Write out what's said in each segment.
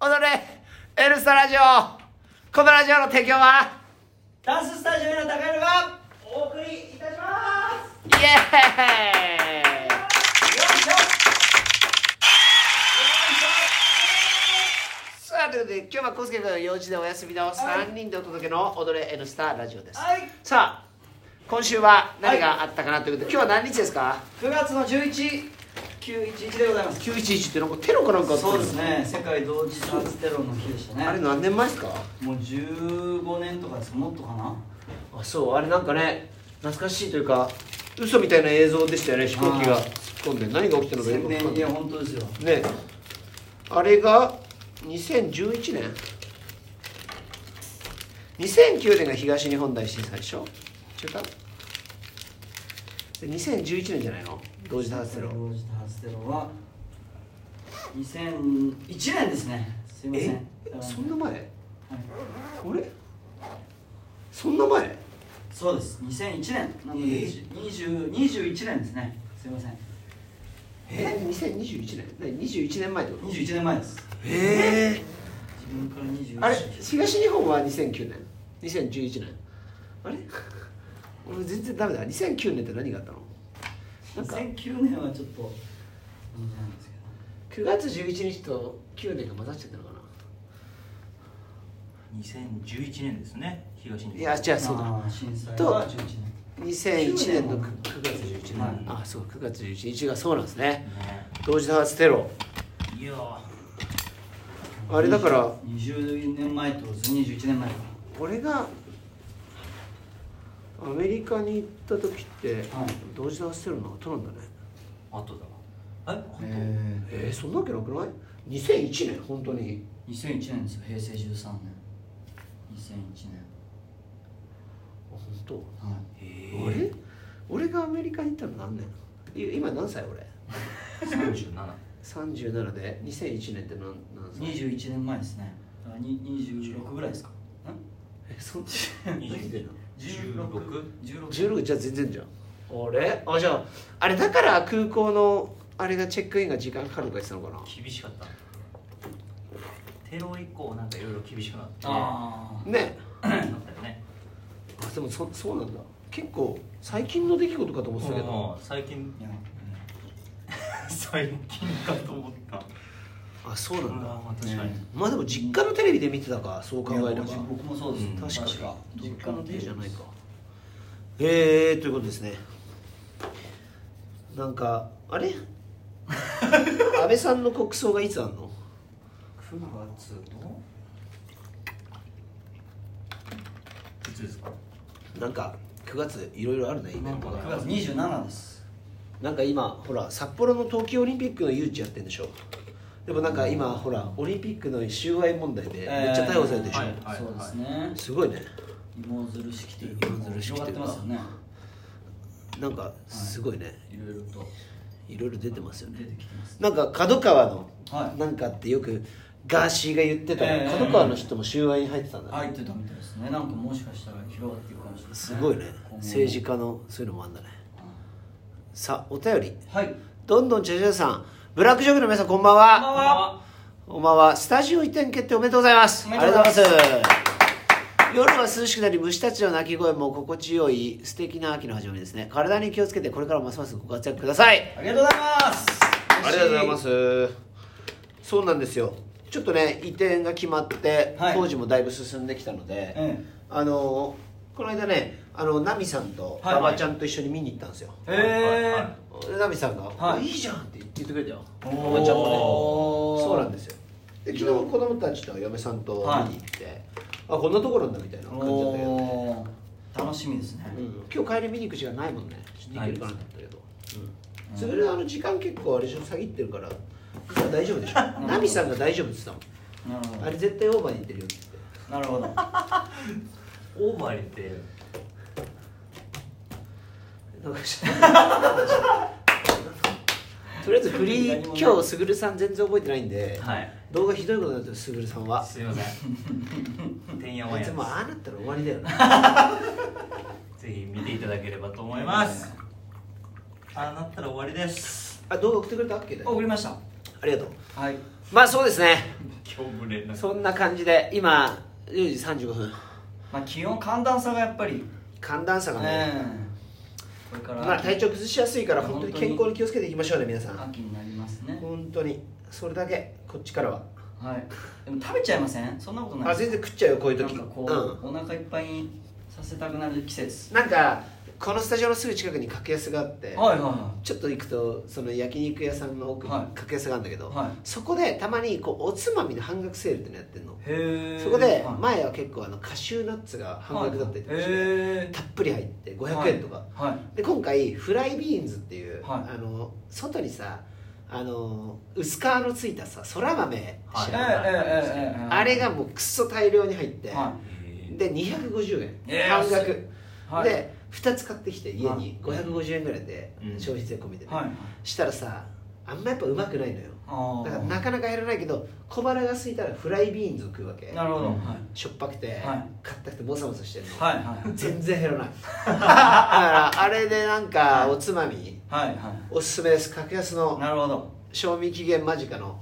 踊れエルスタラジオこのラジオの提供はダンススタジオへの高山がお送りいたしますイエーよいしょよいイさあということで今日はコウスケ君の用事でお休みの3人でお届けの「踊れエルスタラジオ」でしすょはいさあ今週は何があったかなということで今日は何日ですか9月の11 911でございます ?911 ってなんかテロかなんかあったんそうですね世界同時多発テロの日でしたねあれ何年前ですかもう15年とかですもっとかなあそうあれなんかね懐かしいというか嘘みたいな映像でしたよね飛行機があ突ーっ込んで何が起きたのかよく1000分かんな年いいや本当ですよねあれが2011年2009年が東日本大震災でしょ違ったで2011年じゃないの同時多発テロ同時多発テロは2001年ですねすいませんえだからそんな前はいあれそんな前そうです2001年なのでえ20 21年ですねすいませんえ2021年何21年前ってこと21年前ですええ自分から21あれ東日本は2009年2011年あれ 俺全然ダメだ2009年って何があったのなんか2009年はちょっと感じなんです9月11日と9年が混ざっちゃったのか2011年ですね東日な本いや違けうどそうだまあ震災は11 2001年の 9, 9月11日、はいあそう9月11日がそうなんですねね同時多発テロいやーあれだから20年前ってことです21年前か俺がアメリカに行った時って、はい同時多発テロの後なんだね後だわえら本えー、そんなわけなくない ?2001 年本当に2001年ですよ平成13年2001年あ本当はい当俺え俺がアメリカに行ったの何年い今何歳俺え37 37で2001年って何何歳21年前ですねだからに26ぐらいですかんえそんな16 16 16じゃあ全然じゃんあれあじゃああれだから空港のあれがチェックインが時間かかるとか言ってたのかな厳しかったテロ以降なんかいろいろ厳しくなってあねなったよねあでもそそうなんだ結構最近の出来事かと思ってたけどもう最近 あいや最近かと思ったあそうなんだまあ確かにまあでも実家のテレビで見てたかそう考えればいや僕僕もそうです、うん確かに実家の手じゃないかはへえー、ということですねなんかあ れ安倍さんの国葬がいつあんの9月のいつですかなんか9月いろいろあるねイベント9月27ですなんか今ほら札幌の冬季オリンピックの誘致やってんでしょでもなんか今ほらオリンピックの収賄問題でめっちゃ逮捕されてるでしょ、えーはいそうですねすごいね芋づる式という芋づる式広とがいっうかてますよねなんかすごいねいろいろといろいろ出てますよ出ねてきてますなんか角川のはいなんかってよくガーシーが言ってた、ええ角川の人も収賄に入ってたんだね、入ってたみたいですねなんかもしかしたら広がっていくかもしれないですすごいね今後も政治家のそういうのもあんだねさあお便りはいどんどんチャチャさんブラックジョークの皆さんこんばんはこんばんはおまはスタジオ移転決定おめでとうございますおめでとうございますありがとうございます夜は涼しくなり虫たちの鳴き声も心地よい素敵な秋の始まりですね体に気をつけてこれからもますますご活躍くださいありがとうございますありがとうございますそうなんですよちょっとね移転が決まって、はい工事もだいぶ進んできたので、ええあのこの間ねあのナミさんとはい馬場ちゃんと一緒に見に行ったんですよ、へえでナミさんが「はいい、いじゃん」って言ってくれたよお馬ー場ちゃんもねそうなんですよで昨日子供たちと嫁さんと見に行って、あこんなところなんだみたいな感じだったけど、おー楽しみですねうん今日帰り見に行く時間ないもんねちょっと行けるかなと思ったけど、うん、うんそれであの時間結構あれでしょ詐ぎってるから今大丈夫でしょ ナミさんが大丈夫って言ってたもんなるほあれ絶対オーバーに行ってるよって 言ってどなるほどオーバーってなんか知らないとりあえずフリー今日すぐるさん全然覚えてないんで、はい動画ひどいことになってるすぐるさんはすいませんてんやあわんいやつでもうああなったら終わりだよねすぜひ見ていただければと思いますああなったら終わりですあ動画送ってくれたっけだよ送りましたありがとうはいまあそうですね今日しょぶれなそんな感じで今10時35分まあ気温寒暖差がやっぱり寒暖差がね、これからまあ、体調崩しやすいから本当に健康に気をつけていきましょうね皆さん秋になりますね本当にそれだけこっちからははいでも食べちゃいませんそんなことないあ全然食っちゃうよこういう時なんかこんう、お腹いっぱいにさせたくなる季節なんかこのスタジオのすぐ近くに格安があってはいはちょっと行くとその焼肉屋さんの奥にはい格安があるんだけど、はいそこでたまにこうおつまみの半額セールってのやってるのいへえそこではい前は結構あのカシューナッツが半額だったりとかして、へえたっぷり入って500円とか、はいはいで今回フライビーンズっていう、はいあの外にさあの薄皮のついたさそら豆はい知ええらない、ええええええあれがもうくっそ大量に入って、はで250円、ええ半額、はいで2つ買ってきて家はに550円ぐらいでうん消費税込みでね、はいしたらさあんまやっぱうまくないのよあだからなかなか減らないけど小腹が空いたらフライビーンズを食うわけあなるほどうはんいしょっぱくて、はい硬くてモサモサしてるの、はいはい全然減らない だからあれでなんかおつまみはいは おすすめです格安いのなるほど賞味期限間近の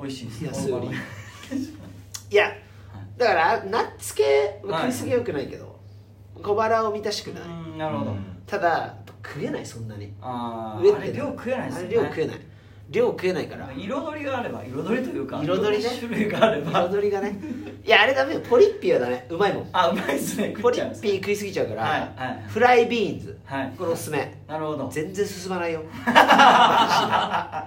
美味しいです安売り はいやだからナッツ系は食いすぎはよくないけど、小腹を満たしいくうない、ーんなるほどただやっぱ食えないそんなにあ飢えああてれ量食えないですあよれ量ね食えない量食えないから彩りがあれば彩りというか彩りね種類があれば彩りがねいやあれダメよポリッピーはダメうまいもんあうまいですねポ食っリちゃうんでッすピー食いすぎちゃうから、はいはいフライビーンズ、はいこれおすすめなるほど全然進まない よな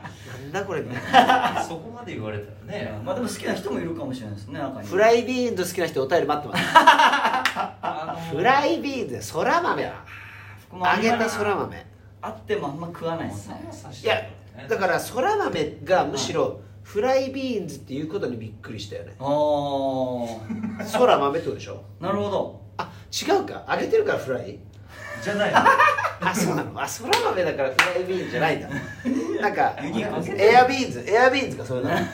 んだこれみたいなそこまで言われたらねまあでも好きな人もいるかもしれないですね中にフライビーンズ好きな人お便り待ってますあのフライビーンズそら豆まあ揚げたそら豆あってもあんま食わないですねいやだからそら豆がむしろフライビーンズっていうことにびっくりしたよねあーそら豆ってことでしょなるほどあ違うか揚げてるからフライじゃないあそうなのあそら豆だからフライビーンズじゃないんだなんかユニークですねエアビーンズエアビーンズかそれなの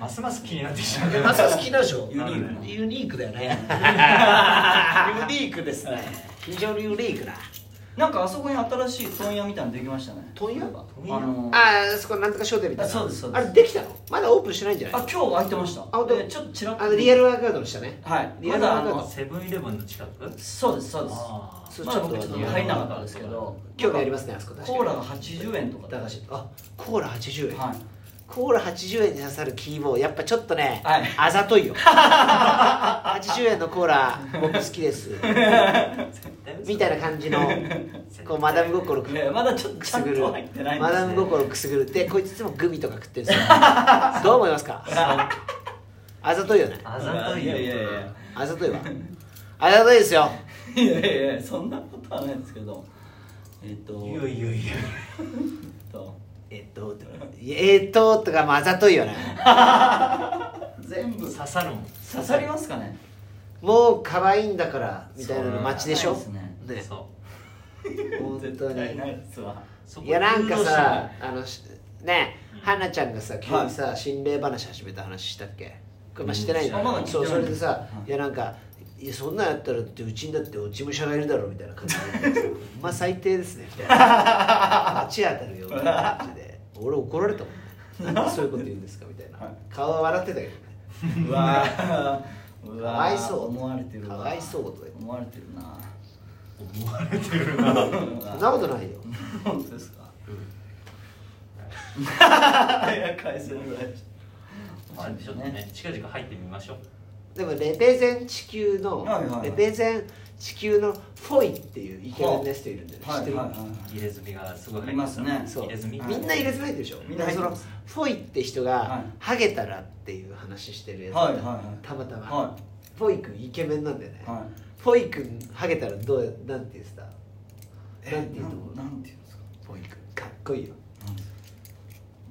ますます気になってきちゃうマサ好きなんでしょユニークユニークだよねユニークですね非常にユニークななんかあそこに新しい問屋みたいなのできましたね問屋あのああそこなんとか商店みたいなあそうですそうですあれできたのまだオープンしてないんじゃなあい今日開いてました本当でちょっとちらっとあのリアルワークアウトの下ねはいリアまルワだーあクアウトのセブンイレブンの近くそうですそうですあーそうまちだょっと僕ちょっと入んなかったんですけど今日やりますねあそこ確かにコーラが80円とかで駄菓子あコーラ80円、はいコーラ80円に刺さるキーボーやっぱちょっとね、はいあざと いよ80円のコーラ僕好き ですみたいな感じのこうマダム心くねまだちょっとくちすゃんぐると入ってないんでマすねダム 心くすぐるってこいついつもグミとか食ってるんですよどう思いますかあざといよねあざといよいやいやいやあざといわあざといですよいやいやいやそんなことはないですけどえっ、といやいやいやえっとえっといやえっととかもあざといよね全部刺刺さるもんさりますかねもう可愛いんだからみたいなの街でしょそうなんねそう本当絶対にないで すわそこいやなんか誘導しさないあのしねうんはなちゃんがさ急にさ心霊話始めた話したっけこれまあしてないうんまだ聞いてそうないそれでさうんいやなんかいやそんなんやったらってうちにだって事務所がいるだろうみたいな感じ でまあ最低ですねみたいな街当たるよみたいな感じで俺怒られたもんねなんでそういうこと言うんですかみたいなはい顔は笑ってたけどねうわーうわーかわいそう思われてるわかわいそうとか言って思われて るな思われてるなそ んなことないよ本当ですかいや返せるぐらいまあちょっとね近々入ってみましょうでもレペゼン地球のはいはいはいレペゼン地球のフォイっていうイケメンの人いるんだよね知はっいてるはいはい入れ墨がすごい入っていますねそう入れ墨みんな入れずないでしょみんな入ってそのまフすォイって人はがいハゲたらっていう話してるやつはいはいはいたまたま、はフォイ君イケメンなんだよね、はいフォイ君ハゲたらどうなんて言ってたえなんて言うと思うななんて言うんですかフォイ君かっこいいよなんて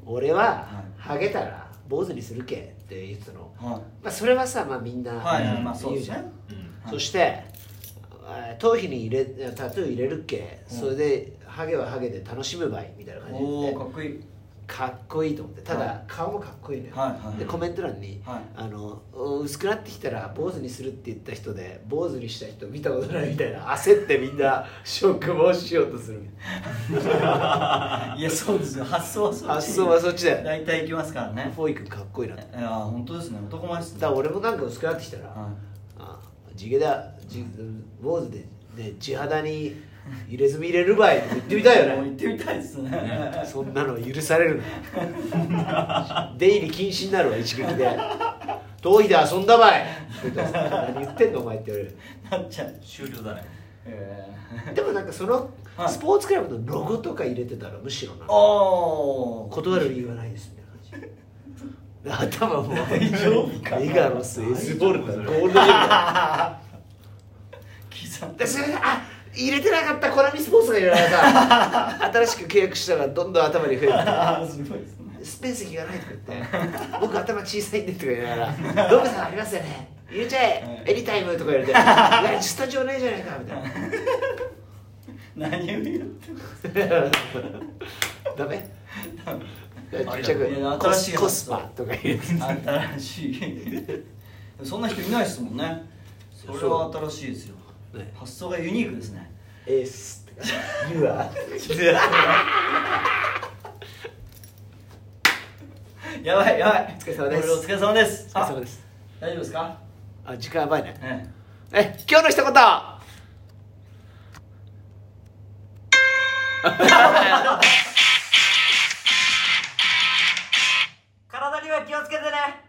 俺は、はいハゲたら坊主にするけって言ってたの、はいまあ、それはさ、まあ、みんなはいはいまあそう言うですねじゃん、うんはいそしてえー頭皮に入れタトゥー入れるけ、うんそれでハゲはハゲで楽しむばいみたいな感じで言っておおかっこいいかっこいいと思ってただ、はい顔もかっこいいのよ、はいはいでコメント欄に、はいあのうん薄くなってきたら坊主にするって言った人で坊主にした人見たことないみたいな焦ってみん な食毛しようとするいやそうですよ発想はそっち発想はそっちだよ大体いきますからねフォーイ君かっこいいなといや本当ですね男前ですねだから俺もなんか薄くなってきたら、はいあ地毛だじ坊主でで地肌に入れ墨入れるばいとか言ってみたいよ もうね行ってみたいですねねそんなの許されるな出入り禁止になるわ一撃で頭皮で遊んだばいって言うと何言ってんのお前って言われるなっちゃう終了だねえでもなんかそのはいスポーツクラブのロゴとか入れてたらむしろなー、おお断る理由はないですみたいな感じ頭もう大丈夫かなメガロスエスボルタゴールドジム刻んでですいませんあ入れてなかったコラミスポーツが入れられた新しく契約したらどんどん頭に増えあーすごいですねてスペースがないとか言って 僕頭小さいんでとか言いながら「どこさんありますよね入れちゃえエリタイム」とか言われ て「いやスタジオないじゃないか」みたいな何を言ってるんですか ダメメちっちゃありがとうくコ新しいス発想コスパとか入れ て新しいそんな人いないですもんねそれは新しいですよ、ね発想がユニークですね「エース」とか「ユア」 やばいやばいお疲れ様ですこお疲れ様ですお疲れ様ですあ大丈夫ですかあ時間やばいねええ今日の一言体には気をつけてね